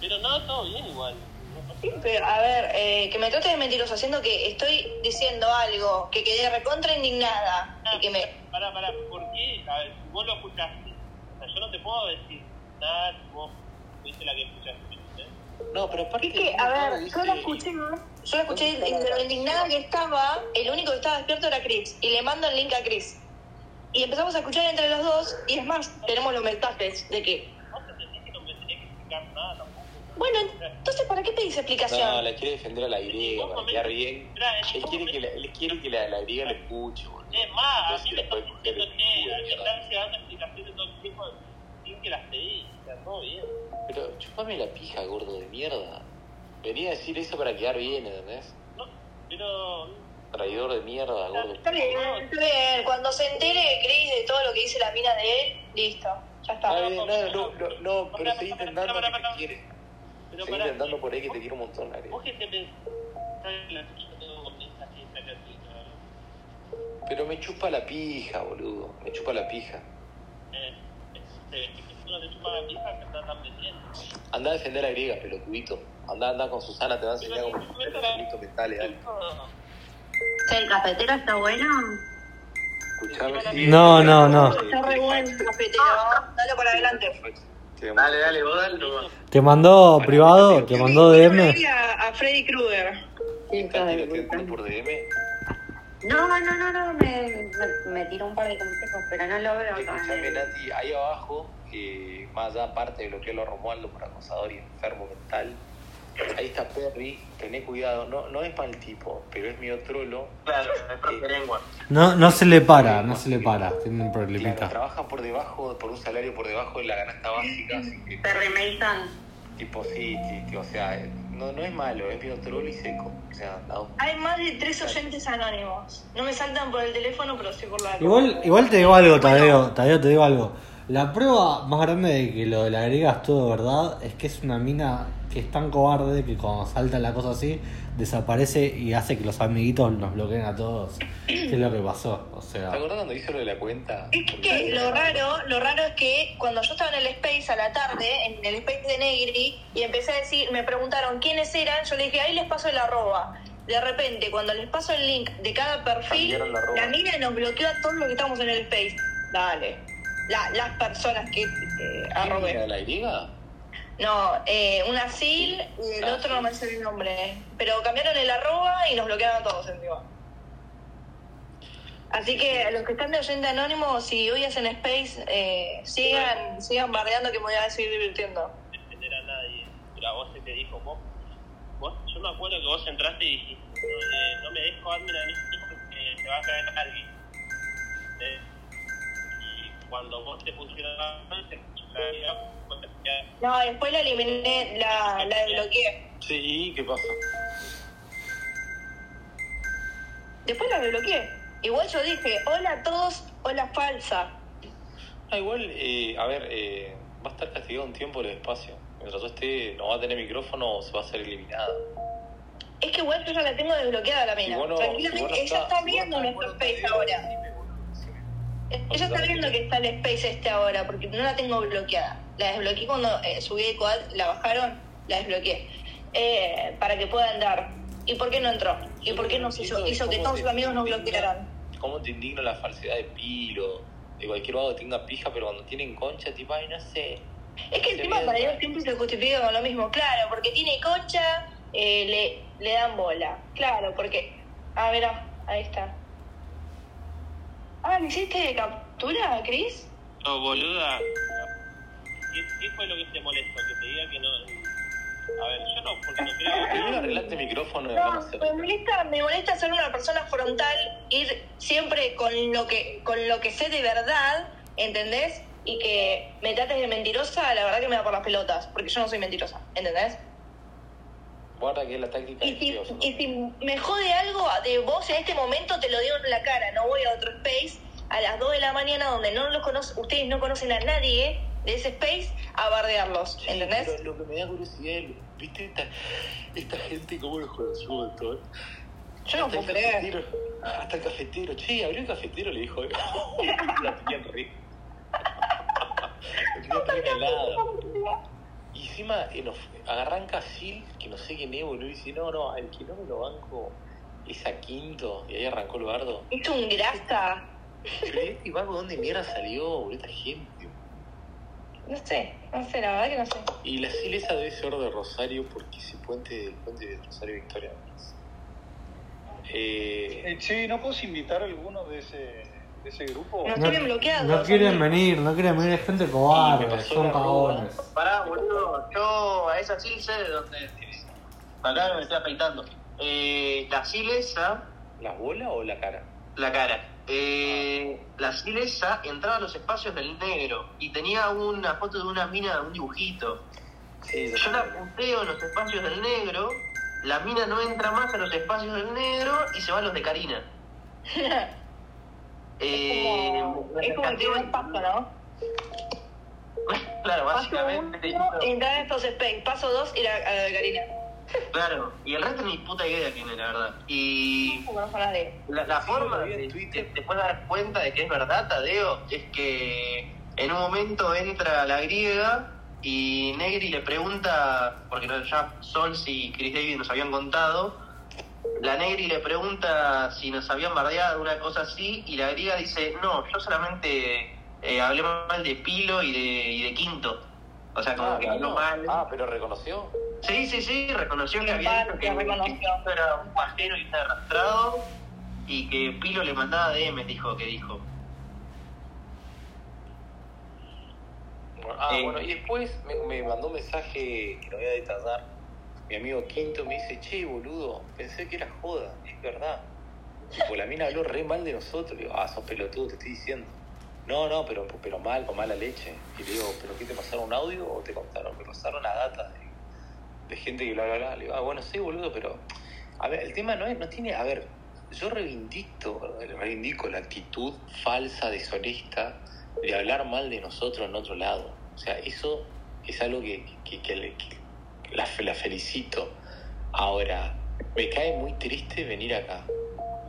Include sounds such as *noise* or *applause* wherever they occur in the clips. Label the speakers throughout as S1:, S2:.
S1: pero no, todo bien igual.
S2: Sí, pero a ver, eh, que me trates de mentiroso haciendo que estoy diciendo algo, que quedé recontra indignada. y Ah, que me...
S1: Pará, pará, ¿por qué? A ver, si vos lo escuchaste, o sea, yo no te puedo decir nada si vos fuiste la que escuchaste. ¿me entendés?
S3: No, pero aparte.
S4: Es que, a ver, yo la escuché.
S2: Yo lo escuché y de lo indignada que estaba, el único que estaba despierto era Chris. Y le mando el link a Chris. Y empezamos a escuchar entre los dos, y es más, tenemos los mensajes de que.
S1: Vos entendés que no me tenés que explicar nada tampoco.
S2: Bueno, entonces, ¿para qué pedís
S3: No,
S2: explicación?
S3: "Ah, la quiere defender a la griega para quedar bien.
S1: Mirá, en
S3: Él
S1: ningún
S3: quiere que la, él quiere que la, la griega lo escuche, boludo.
S1: Es más, a mí
S3: Entonces
S1: me
S3: la
S1: están
S3: puede
S1: diciendo
S3: coger
S1: que
S3: el
S1: me
S3: culo,
S1: están llegando explicaciones todo el tiempo sin que las pedí. O sea, todo bien.
S3: Pero chupame la pija, gordo de mierda. Venía a decir eso para quedar bien, ¿entendés?
S1: No, pero.
S3: Traidor de mierda, gordo.
S2: Está bien, está bien. Cuando se entere Chris de todo lo que dice la mina de él, listo. Ya
S3: Está
S2: está.
S3: bien, no, no, no, no, pero seguí intentando
S1: Pará,
S3: que
S1: pará,
S3: te quiere.
S1: Pero
S3: Seguí
S1: pará,
S3: intentando por ahí que
S1: vos-
S3: te quiere un montón, la griega.
S1: Vos que te pensás que la chica tengo mensajes de gratuito,
S3: Pero me chupa la pija, boludo. Me chupa la pija.
S1: eh, este, que si no te chupa la pija, te estás tan metiendo.
S3: Anda a defender a la griega, pelotudito. Anda, anda con Susana, te va a enseñar
S1: Pero
S3: cómo
S1: si
S3: defender
S1: me
S3: los
S1: toca-
S3: delitos mentales, dale.
S4: Che, el cafetero está bueno.
S3: Escuchame.
S5: No, no, no.
S4: Está re bueno.
S2: Cafetero, dale para adelante.
S6: Dale, dale, vos dale nomás.
S5: ¿Te mandó privado? ¿Te mandó DM?
S2: A, Freddy Krueger.
S3: ¿Estás tiroteando por DM?
S4: No, no, no, no, me, me, me tiró un par de consejos, pero no lo veo. acá.
S3: Escuchame, Nati, ahí abajo, eh, más allá, aparte de lo que es lo Romualdo por acosador y enfermo mental, ahí está Perry, tené cuidado, no, no es mal tipo, pero es medio trolo.
S6: Claro, es propia lengua.
S5: No, no se le para, no se le para. Tiene un
S3: Claro,
S5: problemita.
S3: trabaja por debajo, por un salario por debajo de la ganasta básica, así que,
S4: Te remeditan.
S3: tipo, sí, sí, sí, o sea, eh, no, no es malo, es medio trolo y seco. O sea, no.
S2: Hay más de tres oyentes anónimos. No me saltan por el teléfono, pero sí por la.
S5: Igual, igual te digo algo, Tadeo. Tadeo, te digo algo. La prueba más grande de que lo de la griega es todo verdad es que es una mina que es tan cobarde que cuando salta la cosa así desaparece y hace que los amiguitos nos bloqueen a todos. ¿Qué es lo que pasó? O sea,
S3: ¿Te acordás cuando hizo lo de la cuenta?
S2: Es que lo raro, lo raro es que cuando yo estaba en el Space a la tarde, en el Space de Negri, y empecé a decir, me preguntaron quiénes eran, yo le dije, ahí les paso el arroba. De repente, cuando les paso el link de cada perfil,
S3: Cambiaron el arroba.
S2: la mina nos bloqueó a todos los que estamos en el Space. Dale. La- las personas que eh, arrobé.
S3: Ah, ¿La griega?
S2: No, eh, una SIL y el
S3: Ah,
S2: otro no me sé el nombre. Pero cambiaron el arroba y nos bloquearon a todos encima. Así que los que están de oyente anónimo, si hoy hacen space, eh, sigan, sigan bardeando que me voy a seguir divirtiendo.
S1: defender a nadie. Pero a vos se te dijo, vos, vos, yo me acuerdo que vos entraste y dijiste, no, eh, no me dejo admin a mí porque se va a caer alguien. Eh, y cuando vos te pues, pusieron la se
S2: No, después la eliminé, la, la desbloqueé.
S3: Sí, ¿y qué pasa?
S2: Después la desbloqueé. Igual yo dije, hola a todos, hola falsa.
S3: Ah, igual, eh, a ver, eh, va a estar castigado un tiempo el espacio. Mientras yo esté, no va a tener micrófono o se va a ser eliminada.
S2: Es que igual yo ya la tengo desbloqueada la
S3: Y
S2: mina.
S3: vos no-
S2: Tranquilamente,
S3: y vos no
S2: ella
S3: estás-
S2: está
S3: vos
S2: viendo
S3: no estás-
S2: nuestro
S3: vos no estás-
S2: space ahora.
S3: Decime, boludo, decime.
S2: Ella está Eh, viendo que está el space este ahora, porque no la tengo bloqueada. La desbloqueé cuando eh, subí de Coad, la bajaron, la desbloqueé. Eh, para que pueda andar. ¿Y por qué no entró? ¿Y por qué no se hizo? Hizo que
S3: ¿Cómo
S2: todos
S3: te
S2: sus amigos nos
S3: indigna-
S2: bloquearan.
S3: ¿Cómo te indigna la falsedad de Pilo? De cualquier lado que tenga pija, pero cuando tienen concha, tipo, ay, no sé.
S2: Es que el tema para ellos siempre se justifica con lo mismo. Claro, porque tiene concha, eh, le, le dan bola. Claro, porque... Ah, verá, ahí está. Ah, ¿me hiciste captura, Cris?
S1: No, boluda. ¿Qué, ¿Qué fue lo que te molestó? Que te diga que no. A ver, yo no, porque no creo
S3: Primero arreglate el micrófono y
S2: No, pues
S3: vamos a hacer.
S2: me molesta, me molesta ser una persona frontal, ir siempre con lo que con lo que sé de verdad, ¿entendés? Y que me trates de mentirosa, la verdad que me da por las pelotas, porque yo no soy mentirosa, ¿entendés?
S3: Guarda que es la táctica
S2: Y
S3: de
S2: si,
S3: Pilo, ¿no?
S2: y si me jode algo de vos en este momento, te lo digo en la cara, no voy a otro space a las 2 de la mañana donde no los conoce, ustedes no conocen a nadie de ese space a bardearlos,
S3: Sí,
S2: ¿entendés?
S3: pero Lo que me da curiosidad es, ¿viste esta, esta gente cómo los conoció un montón?
S2: Yo no
S3: Hasta
S2: puedo
S3: el
S2: creer.
S3: cafetero, hasta el cafetero, che, abrió el cafetero, le dijo. *laughs* La tenían re. La tenían re calada. Y encima eh, nos arranca Phil, que no sé quién es, boludo, y dice, no, no, al que no me lo banco es a quinto, y ahí arrancó el
S2: *laughs*
S3: bardo.
S2: Es un grasa.
S3: Pero este vago, ¿dónde mierda salió, boludo, esta gente?
S2: No sé, no sé, la verdad que no sé.
S3: Y la Phil esa debe ser de Rosario, porque ese puente, el puente de Rosario Victoria. me parece. Eh,
S7: Eh, che, ¿no puedes invitar a alguno de ese, de ese grupo?
S2: No quieren bloqueados,
S5: No quieren
S2: amigo.
S5: venir, no quieren venir, es gente
S3: Sí, me
S5: cobarde,
S3: pasó
S5: son
S3: la ruda.
S5: cagones.
S6: Pará, boludo, yo a esa sí sé de dónde es. Acá me estoy afeitando. Eh, la silesa,
S3: ¿Las bolas o la cara?
S6: la cara. Eh, la silesa entraba a los espacios del negro y tenía una foto de una mina, un dibujito.
S3: Sí,
S6: Yo la punteo en los espacios del negro, la mina no entra más a los espacios del negro y se va a los
S2: *laughs*
S6: de Karina. Eh,
S2: Es como- es como el primer paso, ¿no?
S6: *laughs* Claro,
S2: Paso
S6: básicamente.
S2: uno, entrar en estos space. Paso dos, ir a, a Karina.
S6: Claro, y el resto ni puta idea quién es, la verdad. Y
S2: No conozco a nadie.
S6: la, la
S3: Sí,
S6: forma
S3: lo vi en
S6: de,
S3: Twitter.
S6: de- te puedes dar cuenta de que es verdad, Tadeo, es que en un momento entra la griega y Negri le pregunta, porque no- ya Sols y Chris David nos habían contado, la Negri le pregunta si nos habían bardeado, una cosa así, y la griega dice, no, yo solamente eh, hablé mal de Pilo y de, y de Quinto. O sea, como
S3: Ah,
S6: que habló
S3: no.
S6: mal.
S3: Ah, pero reconoció.
S6: Sí, sí, sí, reconoció que había dicho
S2: Parte,
S6: que
S2: reconoció.
S6: Quinto era un pajero y un arrastrado y que Pilo le mandaba DMs, dijo que dijo.
S3: Bueno, Ah,
S6: Eh.
S3: bueno, y después me, me mandó un mensaje que no voy a detallar. Mi amigo Quinto me dice, che, boludo, pensé que era joda, es verdad. Tipo, la mina habló re mal de nosotros. Le digo, ah, sos pelotudo, te estoy diciendo. No, no, pero, pero mal, con mala leche. Y le digo, ¿pero qué te pasaron un audio o te contaron? Me pasaron la data de, de gente que bla, bla, bla. Le digo, ah, bueno, sí, boludo, pero... A ver, el tema no es, no tiene... A ver, yo reivindico, reivindico la actitud falsa, deshonesta, de hablar mal de nosotros en otro lado. O sea, eso es algo que, que- que le- que la, fe- la felicito. Ahora, me cae muy triste venir acá,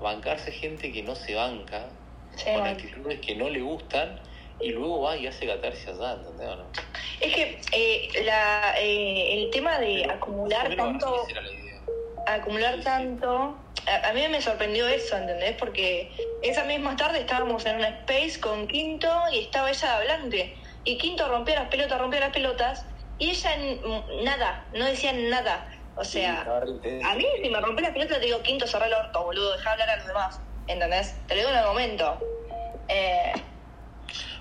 S3: bancarse gente que no se banca,
S2: Sí,
S3: con
S2: bueno.
S3: actitudes que no le gustan, y luego va y hace catarse allá, ¿entendés o no?
S2: Es que eh, la, eh, el tema de
S3: Pero,
S2: acumular
S3: más o menos,
S2: tanto.
S3: esa era la idea.
S2: acumular
S3: Sí, sí.
S2: tanto. A, a mí me sorprendió eso, ¿entendés? Porque esa misma tarde estábamos en una space con Quinto y estaba ella de hablante. Y Quinto rompía las pelotas, rompía las pelotas. Y ella n- nada, no decía nada. O sea,
S3: Estaba re intenso.
S2: a mí si me rompe la pelota te digo, Quinto, cerrá el orto, boludo, dejá hablar a los demás. ¿Entendés? Te lo digo en el momento. Eh,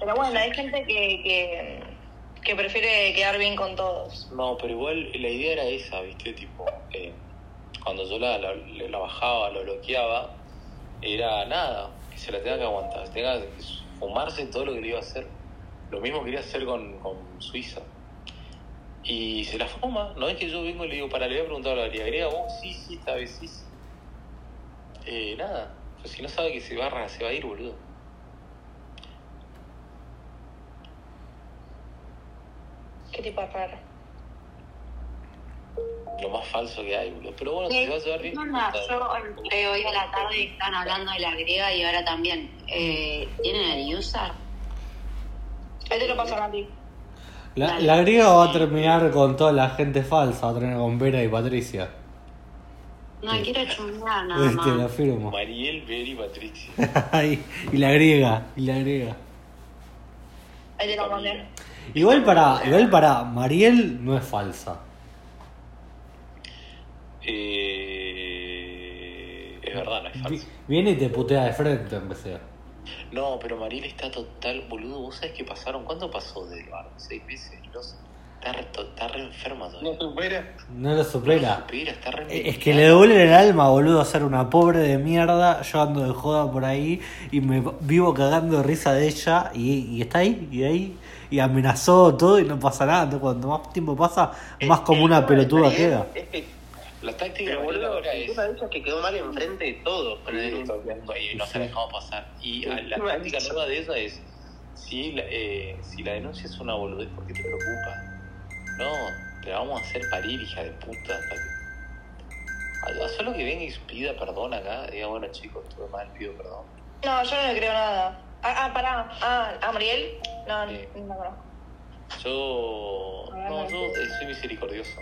S2: pero bueno, hay gente que, que, que prefiere quedar bien con todos.
S3: No, pero igual la idea era esa, ¿viste? Tipo, eh, cuando yo la, la, la bajaba, la bloqueaba, era nada, que se la tenga que aguantar, tenga que fumarse todo lo que le iba a hacer. Lo mismo quería hacer con, con Suiza. Y se la fuma, no es que yo vengo y le digo, para, le voy a preguntar a la griega, griega, vos, sí, sí, esta vez sí. sí. Eh, nada, pues si no sabe que se barra, se va a ir, boludo.
S2: Qué tipo raro.
S3: Lo más falso que hay, boludo. Pero bueno, se va a llevar bien.
S4: No, no, yo eh, hoy a la tarde están hablando de la griega y ahora también. Eh, ¿Tienen el user?
S2: Ahí te lo paso, Nati.
S5: La, la griega va a terminar con toda la gente falsa, va a terminar con Vera y Patricia.
S4: No, quiero chumbear nada
S5: Este, lo
S4: más.
S5: afirmo.
S3: Mariel, Beri, Patricia.
S5: *laughs* y, y la griega, y la griega.
S2: Ahí te lo mandé.
S5: Igual para, igual para Mariel no es falsa.
S3: Eh, es verdad, no es
S5: Vi-
S3: falso.
S5: Viene y te putea de frente, aunque sea.
S3: No, pero Mariel está total, boludo. ¿Vos sabés qué pasaron? ¿Cuánto pasó del bar? ¿Seis meses? No sé. Está re, to- está re enferma
S7: No
S3: todavía.
S7: supera.
S5: No lo
S3: No
S5: supera.
S3: supera, está re
S5: Es que le duele el alma, boludo, ser una pobre de mierda. Yo ando de joda por ahí y me vivo cagando de risa de ella. Y, y está ahí, y ahí. Y amenazó todo y no pasa nada. Entonces, cuanto más tiempo pasa, más como una pelotuda queda.
S6: Es que,
S3: La táctica de
S6: pero
S3: Mariel
S6: boludo,
S3: ahora
S6: el
S3: es.
S6: tema de eso es que quedó mal enfrente de todo. con el-
S3: Oye, no se la dejamos pasar. Y a- la táctica nueva de ella es: si la, eh, si la denuncia es una boludez, ¿por qué te preocupa? No, te la vamos a hacer parir, hija de puta. para que- Haz- haz lo que venga y pida perdón acá. Diga, bueno, chicos, estuve mal, pido perdón.
S2: No, yo no le creo nada. Ah, ah, pará. Ah, ¿a Mariel? No,
S3: Sí.
S2: no la conozco.
S3: Yo. No, yo eh, soy misericordioso.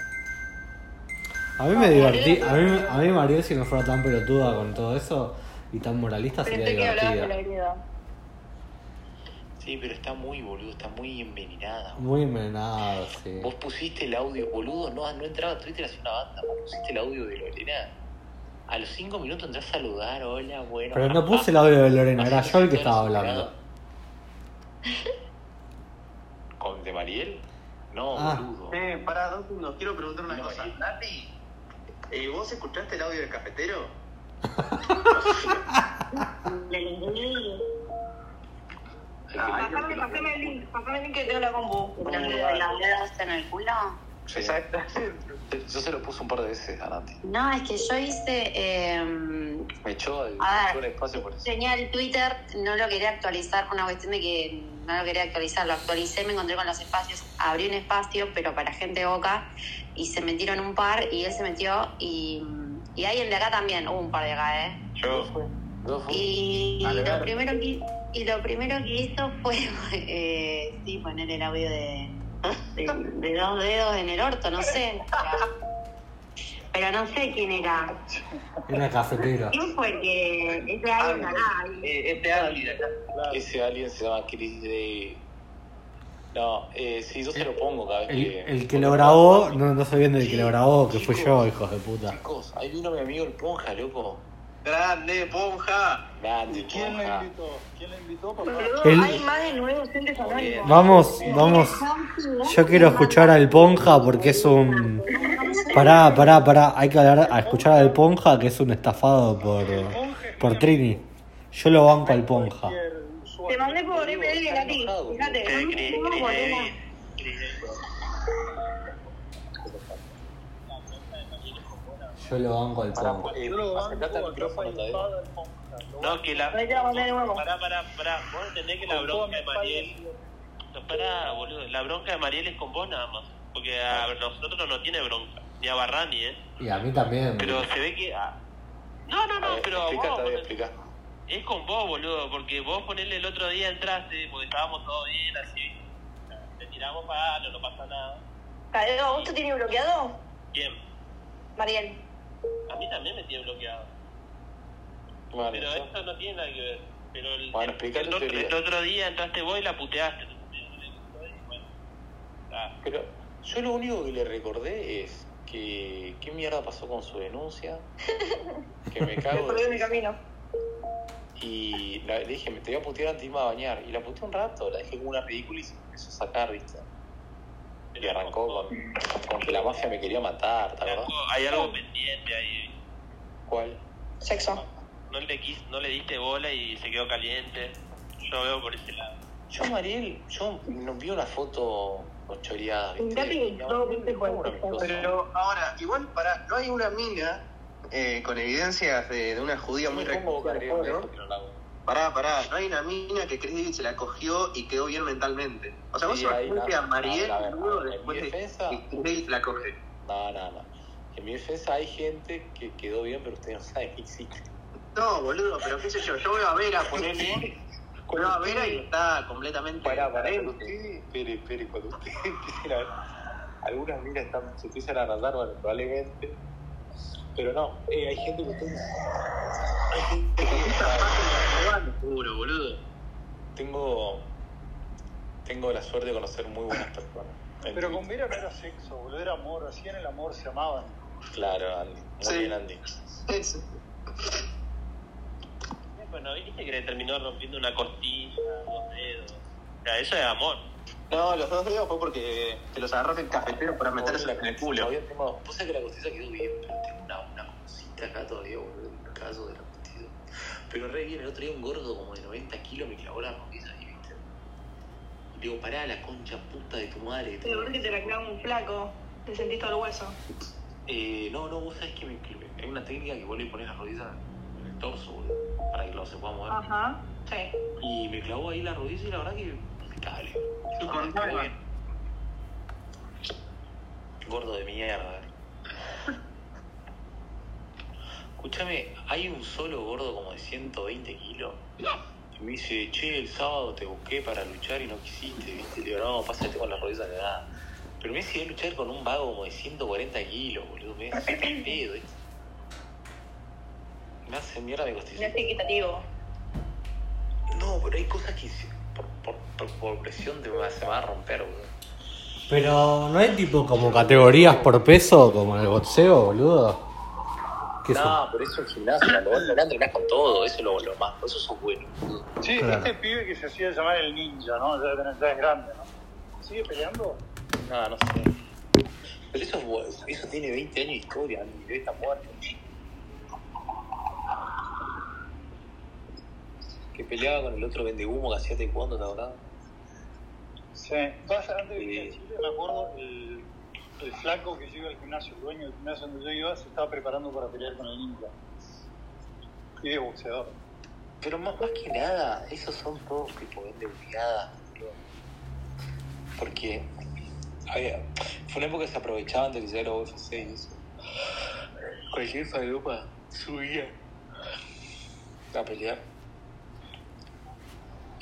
S5: A mí me divertí, a mí, a mí Mariel si no fuera tan pelotuda con todo eso y tan moralista sería
S2: Pensé que hablabas de la
S5: divertida.
S2: griega.
S3: Sí, pero está muy, boludo, está muy envenenada.
S5: Muy envenenada, sí.
S3: Vos pusiste el audio, boludo, no, no entraba a Twitter hacia una banda, vos pusiste el audio de Lorena. A los cinco minutos entras a saludar, hola, bueno. ah,
S5: Pero no puse el audio de Lorena, era
S3: Así
S5: yo el que
S3: todos
S5: estaba
S3: desesperados.
S5: hablando.
S3: ¿Con de Mariel? No,
S5: Ah.
S3: boludo.
S6: Eh, para dos segundos, quiero preguntar una
S3: No,
S6: cosa.
S3: ahí.
S6: Nati, eh, ¿vos escuchaste el audio del *laughs* cafetero?
S3: Ay,
S2: Pasame, pasame el link, pasame el link que tengo la compu.
S4: ¿Lo que la dedos en el culo?
S3: Sí.
S6: Exacto.
S3: Yo se lo puse un par de veces a Nati.
S4: No, es que yo hice. eh,
S3: Me echó el,
S4: A ver.
S3: el espacio por eso.
S4: tenía el Twitter, no lo quería actualizar por una cuestión de que no lo quería actualizar. Lo actualicé, me encontré con los espacios. Abrí un espacio, pero para gente de boca. Y se metieron un par y él se metió. Y, y alguien de acá también. Hubo un par de acá, ¿eh?
S6: Yo.
S3: No, fue-
S4: Y
S6: Alegar.
S4: lo primero que y lo primero que hizo fue *laughs* eh, sí poner el audio de, de, de dos dedos en el orto, no sé. Pero no sé quién era.
S5: Era cafetera.
S4: ¿Quién fue el que ese alguien de acá?
S6: Ah, Eh, este Andy de acá.
S3: Ese alguien se llama Chris Day. No, eh, sí, yo se lo pongo cada vez
S5: El,
S3: que.
S5: el que lo grabó, no, no sé bien del que lo grabó, que fui
S3: Chicos,
S5: yo, hijos de puta.
S3: Chicos, ahí vino mi amigo el Ponja, loco.
S6: Grande, Ponja.
S3: Grande,
S7: ¿Quién la
S3: Ponja.
S7: invitó? ¿Quién la invitó, papá?
S5: El-
S2: Hay más de nueve docentes anónimos.
S5: Vamos, vamos. Yo quiero escuchar al Ponja porque es un. Pará, pará, pará. Hay que hablar a escuchar al Ponja que es un estafado por, por Trini. Yo lo banco al Ponja.
S7: Cualquier usuario.
S2: Te mandé por ML, Nati.
S3: enojado,
S2: Fíjate.
S6: Eh, Cri-
S4: ¿Cómo,
S6: Cri-
S4: Morena?
S5: Yo lo banco al Ponja.
S3: eh,
S7: Yo lo
S3: acercate al
S7: banco, yo
S3: micrófono, Eh,
S7: soy
S3: Tadeo.
S7: espada al Ponja. Lo
S1: No, que la.
S2: Ahí te la mandé de nuevo.
S1: Pará, pará, pará. Vos entendés que la
S7: banco toda
S1: bronca de
S7: mi espalda.
S1: Mariel. No, pará, boludo. La bronca de Mariel es con vos nada más. Porque a
S2: Ah.
S1: nosotros no tiene bronca. Ni a Barrani, ¿eh?
S5: Y a mí también.
S1: Pero se ve que. ah. No, no,
S3: A
S1: no,
S3: ver,
S1: Ah, pero a
S3: explica,
S1: vos,
S3: Tadeo,
S1: boludo,
S3: explica.
S1: es con vos, boludo, porque vos ponerle el otro día entraste, porque estábamos todos bien, así, te tiramos palo, no pasa nada.
S2: Tadeo, ¿a vos te tiene bloqueado?
S1: Bien,
S2: Mariel.
S1: a mí también me tiene bloqueado,
S3: Bueno,
S1: pero
S3: yo-
S1: esto no tiene nada que ver. Pero el,
S3: Bueno,
S1: el-
S3: explica
S1: el
S3: tu
S1: otro,
S3: teoría.
S1: el otro día entraste vos y la puteaste. Y bueno, está.
S3: Pero yo lo único que le recordé es que qué mierda pasó con su denuncia, que me
S2: Me
S3: cago
S2: perdí en el
S3: de-
S2: camino.
S3: y la- le dije, me te voy a putear antes de irme a bañar, y la puteé un rato, la dejé como una ridícula y se empezó a sacar, viste, y arrancó con, con que la mafia me quería matar, ¿te
S1: Hay
S3: acordás?
S1: algo- Hay algo pendiente ahí.
S3: ¿Cuál?
S2: Sexo.
S1: No le, quis- no le diste bola y se quedó caliente. Yo veo por ese lado.
S3: Yo, Mariel, yo no vi una foto con choreadas,
S2: Ya te
S3: ¿viste?
S2: vi, todo bien te cuento.
S6: Pero ahora, igual para, no hay una mina eh, con evidencias de, de una judía muy reconocida. ¿no? Pará, pará, no hay una mina que Chris David se la cogió y quedó bien mentalmente. O sea, vos
S3: Sí,
S6: sos
S3: hay
S6: fuiste
S3: una-
S6: a Mariel
S3: a ver, a ver,
S6: luego
S3: en mi
S6: después de que Chris
S3: defensa-
S6: David se la coge.
S3: No, no, no. En mi defensa hay gente que quedó bien, pero ustedes no saben que existe.
S6: No, boludo, pero qué sé yo, yo veo a Vera, *laughs* ponele. Veo a Vera y está
S3: *laughs*
S6: completamente.
S3: Pará, pará, cuando
S6: transparente.
S3: ustedes, espere, espere, cuando *laughs* ustedes empiecen a ver, algunas minas están, se empiezan a agrandar, bueno, probablemente, pero no, eh, hay gente que ustedes... Hay gente que ustedes no saben.
S6: Puro, boludo.
S3: Tengo, tengo la suerte de conocer muy buenas personas. En
S7: Pero con
S3: Twitter.
S7: Vera no era sexo, boludo, era amor, hacían el amor, se amaban.
S3: Claro, Andy, muy
S6: Sí.
S3: bien, Andy.
S1: Bueno, viste que le terminó rompiendo una costilla, dos dedos. O sea, eso es amor.
S6: *laughs* No, los dos dedos fue porque te los agarraste el cafetero para meterse en el culo.
S3: Todavía tengo- Vos sabés que la costilla quedó bien, pero tengo una, una cosita acá todavía, boludo, un caso de la costilla. Pero re bien, el otro día un gordo como de 90 kilos me clavó la rodilla ahí, viste. Y le digo, pará la concha puta de tu madre.
S2: Te que te la clava un flaco. Te sentís todo el hueso.
S3: Eh, no, no, vos sabés que me, que- hay una técnica que vos le pones la rodilla en el torso, boludo, para que lo se pueda mover.
S2: Ajá. Sí.
S3: Y me clavó ahí la rodilla y la verdad que impecable.
S6: Tu
S3: Estuvo
S6: control.
S3: bien. Gordo de mierda. Escúchame, hay un solo gordo como de 120 kilos Y me dice, che, el sábado te busqué para luchar y no quisiste, ¿viste? Le digo, no, pásate con las rodillas de nada. Pero me decidí a luchar con un vago como de 140 kilos, boludo. Me hace *coughs* pedo, ¿viste? Me hace mierda mi
S2: No
S3: constitución.
S2: es equitativo.
S3: No, pero hay cosas que si- por, por, por, por presión te va- se me va a romper, boludo.
S5: Pero no hay tipo como categorías por peso, como en el boxeo, boludo. Que
S3: no,
S5: eso-
S3: pero eso es gimnasio, cuando vos entrenás, entrenás con todo, eso es lo, lo más, eso es bueno. boludo.
S7: Sí,
S5: Claro.
S7: este pibe que se hacía llamar el ninja, ¿no? Ya, debe tener- ya es grande, ¿no? ¿Sigue peleando?
S3: No, no sé. Pero eso es bueno, eso tiene 20 años de historia, mi bebé está muerto. Que peleaba con el otro vendehumo que hacía taekwondo, ¿te acordás?
S7: Sí. Vas a- Antes de ir a Chile, me acuerdo, el, el flaco que yo iba al gimnasio, el dueño del gimnasio donde yo iba, se estaba preparando para pelear con el ninja. Y es boxeador.
S3: Pero más, más que nada, esos son todos tipo de humilladas, boludo. Porque había, fue una época que se aprovechaban de que ya era UFC y eso. Cualquier falopa subía a pelear.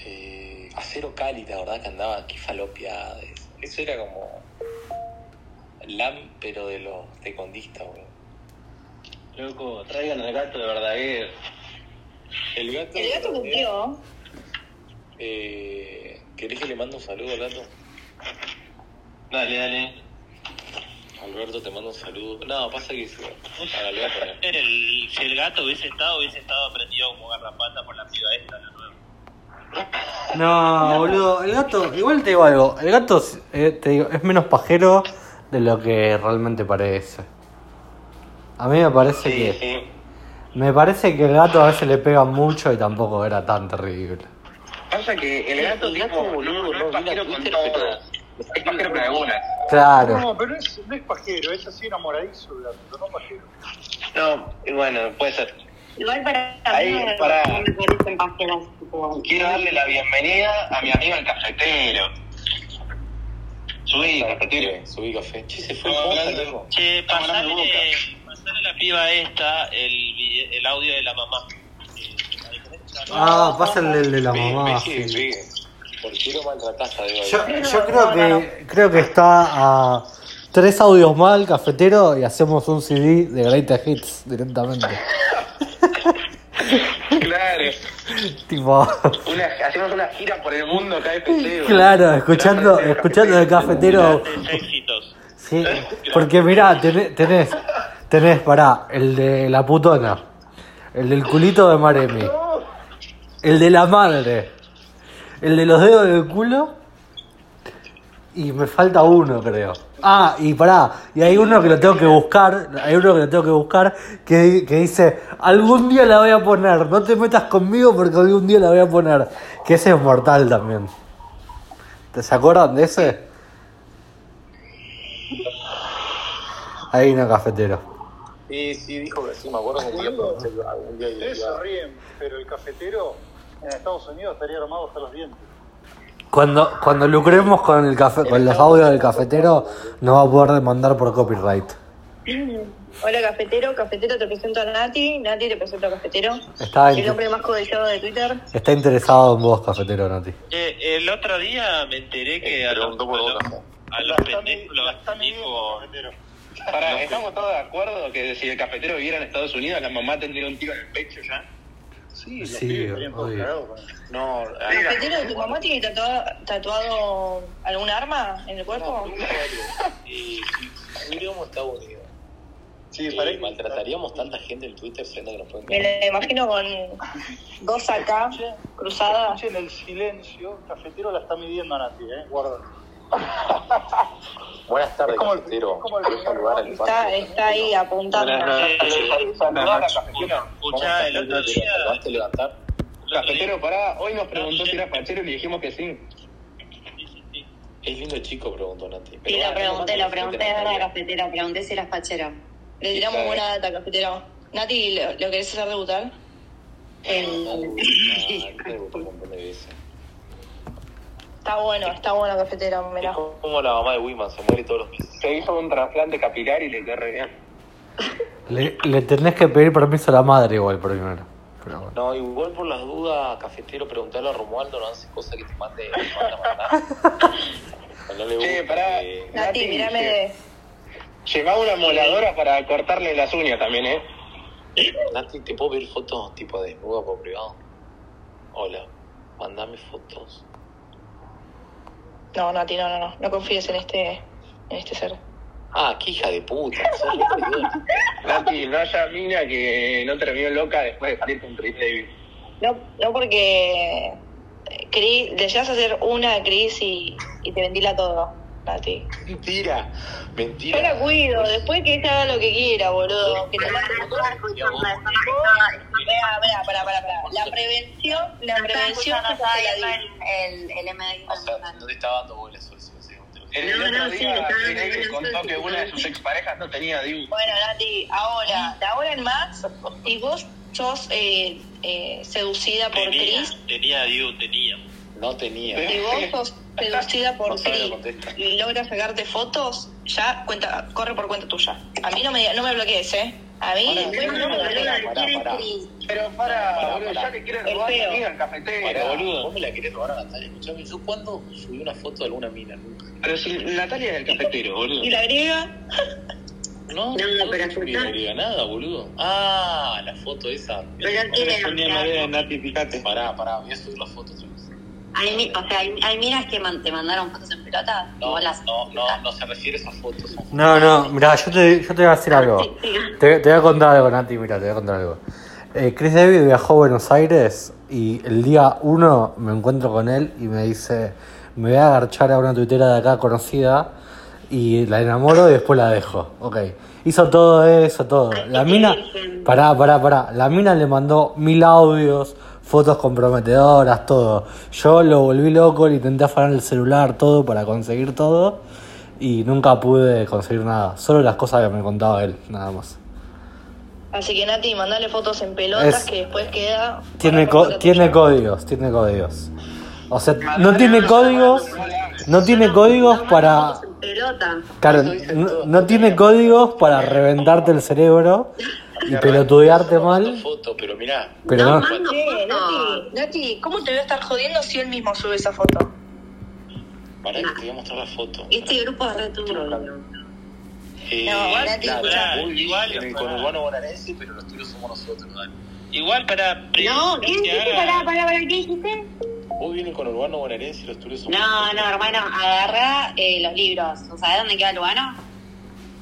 S3: Eh, acero Cali, la verdad que andaba, qué falopia. Eso, eso era como LAM, pero de los tecondistas, boludo.
S6: Loco, traigan al gato de eh. Verdaguer.
S3: El gato.
S2: El gato cumplió.
S3: Eh, ¿Querés que le mande un saludo al gato?
S6: Dale, dale.
S3: Alberto, te mando un saludo. No, pasa que se... Ahora le voy a poner.
S1: El, si el gato hubiese estado, hubiese estado prendido como garrapata por la piba esta, la nueva.
S5: No, boludo, el gato, igual te digo algo, el gato eh, te digo, es menos pajero de lo que realmente parece. A mí me parece que me parece que el gato a veces le pega mucho y tampoco era tan terrible.
S6: Pasa que el gato,
S3: El gato,
S6: tipo,
S3: boludo,
S6: no, no
S3: no,
S6: es
S3: mira
S6: pajero con
S3: Twitter, pero-
S6: todas. Es pajero con algunas.
S5: Claro.
S7: No, pero es, no es pajero, es así enamoradizo el gato, pero no pajero.
S6: No, y bueno, puede ser.
S4: Igual para
S6: Ahí, pará.
S4: no me parecen pajeras. tipo,
S6: Quiero darle la bienvenida a mi amigo el cafetero. Subí, cafetero.
S3: Café, Subí café. Che, se fue.
S6: Estamos
S3: ¿Cómo
S6: hablando-
S3: salimos?
S1: Che,
S6: Estamos hablando de
S1: pasale, pasale a la piba esta el, vide- el audio de la mamá. Eh, ahí tenés.
S5: Ah, pásenle el de la
S3: Ve,
S5: mamá.
S3: ve,
S5: sí.
S3: sí, ve. ¿Por qué lo maltratás a Diego?
S5: Yo, yo creo que creo que está a tres audios mal, cafetero, y hacemos un CD de Greatest Hits directamente.
S6: Claro.
S5: tipo,
S6: Una, hacemos una gira por el mundo KFC.
S5: claro, escuchando, escuchando el cafetero.
S1: Grandes éxitos.
S5: Sí, porque mirá, tenés, tenés, tenés, pará, el de la putona, el del culito de Maremi, el de la madre, el de los dedos del culo, y me falta uno, creo. Ah, y pará, y hay uno que lo tengo que buscar, hay uno que lo tengo que buscar, que, que dice, algún día la voy a poner, no te metas conmigo porque algún día la voy a poner, que ese es mortal también. ¿Te se acuerdan de ese? Ahí no, cafetero.
S3: Sí, sí, dijo que sí, me acuerdo que un día, algún día
S7: Ustedes se ríen, pero el cafetero en Estados Unidos estaría armado hasta los dientes.
S5: Cuando, cuando lucremos con el café, con los audios del cafetero, nos va a poder demandar por copyright.
S2: Hola cafetero, cafetero te presento a Nati, Nati te presento a cafetero.
S5: Está,
S2: El
S5: in-
S2: hombre más codiciado de Twitter.
S5: está interesado en vos, cafetero, Nati.
S1: Che, el otro día me enteré que a los,
S3: Preguntó por
S1: a
S3: vos,
S1: los-
S3: café.
S1: a los
S7: La están-
S1: pendejos
S7: la
S1: los
S7: están midiendo
S1: dijo...
S7: el cafetero.
S6: Pará, ¿estamos todos de acuerdo que si el cafetero viviera en Estados Unidos, la mamá tendría un tiro en el pecho ya?
S7: Sí, los
S5: Sí,
S7: pibes estarían todos
S5: obvio.
S7: cagados con él.
S3: No,
S6: Mira.
S2: ¿Cafetero, tu mamá tiene tatuado, tatuado algún arma en el cuerpo?
S3: eh, hubiéramos estado unidos.
S7: Sí,
S3: Eh,
S7: parece que-
S3: maltrataríamos tanta gente en Twitter siendo que nos pueden
S2: Me la imagino con dos acá, cruzadas.
S7: Escuchen el silencio, el cafetero la está midiendo a Nati, ¿eh? Guarda.
S3: Buenas tardes,
S7: Es como el-
S3: cafetero.
S7: es como el-
S3: ¿Querés saludar al
S2: Está,
S3: patio?
S2: está ahí
S6: Ah,
S2: apuntando.
S3: ¿Cómo
S1: Eh, Escuchá,
S3: estás,
S1: el otro
S3: cafetero?
S1: día...
S3: ¿Te vas a levantar?
S1: el otro día-
S6: Cafetero, pará, hoy nos preguntó si era fachero y le dijimos que sí.
S1: sí, sí, sí.
S3: Es lindo chico, preguntó Nati.
S4: Sí,
S3: bueno,
S4: lo pregunté,
S3: no,
S4: lo
S3: no, no, no,
S4: pregunté,
S3: no,
S4: es
S3: no,
S4: verdad,
S3: no.
S4: cafetero. Pregunté si eras fachero.
S2: Le tiramos buena data, cafetero. Nati, ¿lo, lo querés hacer debutar?
S4: Eh,
S3: Ah, te gustó un montón de veces.
S2: Está bueno, está bueno, cafetero, mirá.
S3: Es como la mamá de Wiman, se muere todos los meses.
S6: Se hizo un trasplante capilar y le quedó re bien.
S5: Le, le tenés que pedir permiso a la madre igual primero. Pero bueno.
S3: No, igual por las dudas, cafetero, preguntarle a Romualdo, no hace cosas que te mande, te manda a matar.
S8: *laughs*
S3: No le
S8: Che,
S3: guste.
S8: pará.
S2: Nati, mirame de.
S8: Llevá una moladora para cortarle las uñas también, ¿eh?
S3: Nati, ¿te puedo pedir fotos tipo de desnuda por privado? Hola, mandame fotos.
S2: No, Nati, no, no, no. No confíes en este, en este ser.
S3: Ah, qué hija de puta, sos re
S8: *laughs*
S3: traidora.
S8: Nati, no haya mina que no terminó loca después de salir con Chris Davis.
S2: No, no porque Cris, le llegas a hacer una a Cris y, y te ventila todo, Nati.
S3: Mentira, mentira.
S2: Yo la cuido, después que ella haga lo que quiera, boludo. Que te mate. Vea, vea, pará, pará, pará. La prevención, la prevención es la di.
S4: el, el MDI.
S3: O sea, no te estaba dando bola, Sol, si no sé, te lo
S8: El
S3: juro.
S4: No,
S8: otro
S4: no, sí,
S8: día
S4: estaba
S8: Chris Davis
S4: hablando
S8: contó
S4: de
S8: que
S4: eso.
S8: una de sus exparejas no tenía Diu.
S2: Bueno, Nati, ahora, de ahora en más, si vos sos eh, eh, seducida por
S1: Tenía,
S2: Cris,
S1: tenía, Diu, tenía.
S3: No tenía.
S2: si vos sos seducida *laughs* por
S3: No sabe la
S2: Cris
S3: contesta.
S2: y logras sacarte fotos, ya cuenta, corre por cuenta tuya. A mí no me, diga- no me bloquees, ¿eh? A mí,
S3: Ahora,
S2: después no
S3: no,
S2: me
S3: no,
S2: bloquees.
S3: pará, pará.
S8: Pero para, boludo,
S3: pará.
S8: ya le quieren
S2: Es
S8: robar
S2: feo.
S8: la amiga al cafetero,
S3: Pará,
S8: boludo.
S3: Vos me la querés robar a Natalia, escuchame. ¿Yo cuándo subí una foto de alguna mina? Nunca.
S8: Pero si Natalia es del cafetero, boludo.
S2: Y la griega.
S3: No,
S4: No, pero
S3: no me
S4: escuchá.
S3: agrega nada, boludo. Ah, la foto esa.
S4: Pero quiere, o sea,
S8: Nati, fíjate.
S3: Pará, pará, voy a subir la foto otra vez.
S4: hay, mi- o sea, hay, hay minas que man- te mandaron fotos en pelotas. y
S3: No,
S4: vos las-
S3: no, no, no se refiere a esas fotos.
S5: No, no, mirá, yo te, yo te voy a decir algo. Te, te voy a contar algo, Nati, mirá, te voy a contar algo. Eh, Chris David viajó a Buenos Aires y el día uno me encuentro con él y me dice, me voy a agarchar a una tuitera de acá conocida y la enamoro y después la dejo. Ok. Hizo todo eso, todo. La mina, pará, pará, pará. La mina le mandó mil audios, fotos comprometedoras, todo. Yo lo volví loco, le intenté afanar el celular, todo, para conseguir todo. Y nunca pude conseguir nada, solo las cosas que me contaba él, nada más.
S2: Así que Nati, mandale fotos en pelotas
S5: Es-
S2: que después queda.
S5: Tiene, co-
S2: Para-
S5: tiene códigos, tiene códigos. O sea, no tiene códigos, no tiene códigos para...
S4: fotos en pelota.
S5: Claro, no, no tiene códigos para reventarte el cerebro y pelotudearte
S3: Esa
S5: mal,
S3: foto, pero mirá.
S5: pero
S4: no,
S5: no.
S4: mando
S2: Che,
S4: fotos.
S2: Nati, Nati, ¿cómo te voy a estar jodiendo si él mismo sube esa foto?
S3: Pará, que te voy a mostrar la foto.
S4: Este grupo es re turbio.
S3: Eh,
S2: No, igual,
S3: claro,
S1: igual,
S3: muy bien
S1: igual,
S3: en el
S1: pará.
S3: conurbano bonaerense, pero los tuyos somos nosotros, dale.
S1: Igual para
S4: No, ¿qué dijiste? Pará, pará, pará, ¿qué dijiste?
S3: Vos vienes con urbano bonaerense y los tuyos somos
S4: No,
S3: nosotros.
S4: no, hermano, agarrá eh, los libros. ¿O sabés dónde queda Lugano?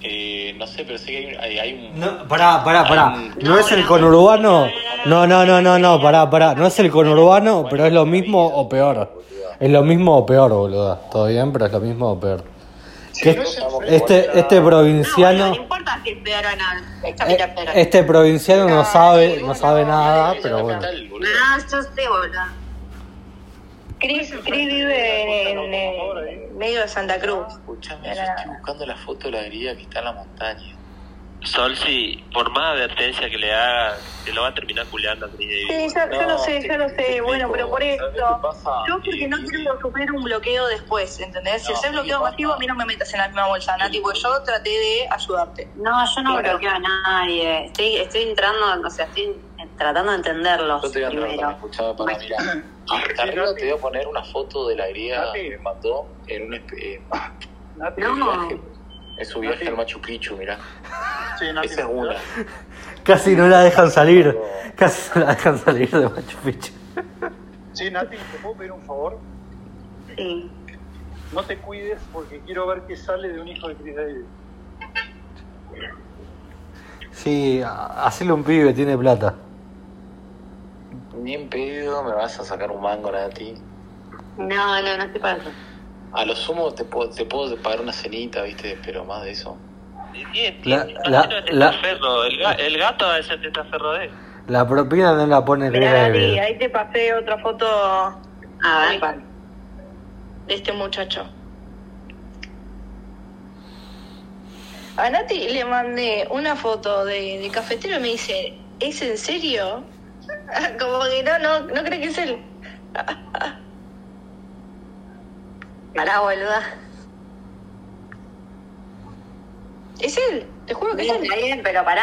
S3: Eh, no sé, pero sé que hay, hay, hay un.
S5: No, pará, pará, pará. ¿No es el conurbano? No, no, no, no, no, pará, pará. No es el conurbano, pero es lo mismo o peor. Es lo mismo o peor, boluda. Todo bien, pero es lo mismo o peor. Que este, este
S4: No,
S5: provinciano,
S4: Ah, no importa si es peor o no. Es
S5: eh,
S4: capital federal.
S5: este provinciano no sabe, no sabe
S3: Ella
S5: nada, Ah, pero
S3: es
S5: bueno.
S3: capital, boludo.
S4: No, Ah, yo sé, boludo.
S2: Cris Cris vive en, en- en medio de Santa Cruz.
S3: Escuchame, yo estoy buscando la foto de la herida que está en la montaña.
S1: Solsi, por más advertencia que le haga, se lo va a terminar culeando a Cris
S2: Sí,
S1: Davis.
S2: yo, yo lo sé,
S3: te-
S2: yo lo
S3: te
S2: sé.
S3: explico,
S2: Bueno, pero por
S3: ¿sabes
S2: esto.
S3: qué pasa?
S2: Yo porque no
S3: Eh,
S2: quiero sufrir un bloqueo después, ¿entendés? Si
S3: No,
S2: haces bloqueo
S3: sí,
S2: masivo, a mí no me metas en la misma bolsa, Nati, porque yo traté de ayudarte.
S4: No, yo no
S3: Claro.
S4: bloqueo a nadie. Estoy, estoy entrando, o sea, estoy tratando de entenderlos.
S3: Yo te voy a entrar también,
S4: primero.
S3: escuchame para
S4: Bueno.
S3: mirar. Hasta arriba te voy a poner una foto de la herida que me mandó en un espe- eh,
S7: Nati,
S4: No,
S3: viaje. En su viaje al Machu Picchu, mirá.
S7: sí, Nati,
S3: Esa es una.
S5: Casi no la dejan salir, casi no la dejan salir de Machu Picchu.
S7: Sí, Nati, ¿te puedo pedir un favor?
S4: sí.
S7: No te cuides porque quiero ver qué sale de un hijo de Chris Davis.
S5: Sí, hacerle un pibe, tiene plata.
S3: Ni en pedo me vas a sacar un mango, Nati.
S4: No, no, no estoy para eso.
S3: A lo sumo te puedo, te puedo pagar una cenita, viste, pero más de eso.
S5: La- la- la-
S1: este el, ga- el gato es el testaferro de él.
S5: La propina no la pone
S2: Mirá, Nati,
S5: el
S2: ahí te pasé otra foto
S4: A
S3: Ah,
S4: ver,
S2: Ahí.
S4: ¿cuál?
S2: de este muchacho. A Nati le mandé una foto de, de cafetero y me dice, ¿es en serio? *laughs* Como que no, no, no cree que es él.
S4: pará, boluda.
S2: Es él, te juro que es él.
S4: Bien, está bien, pero pará.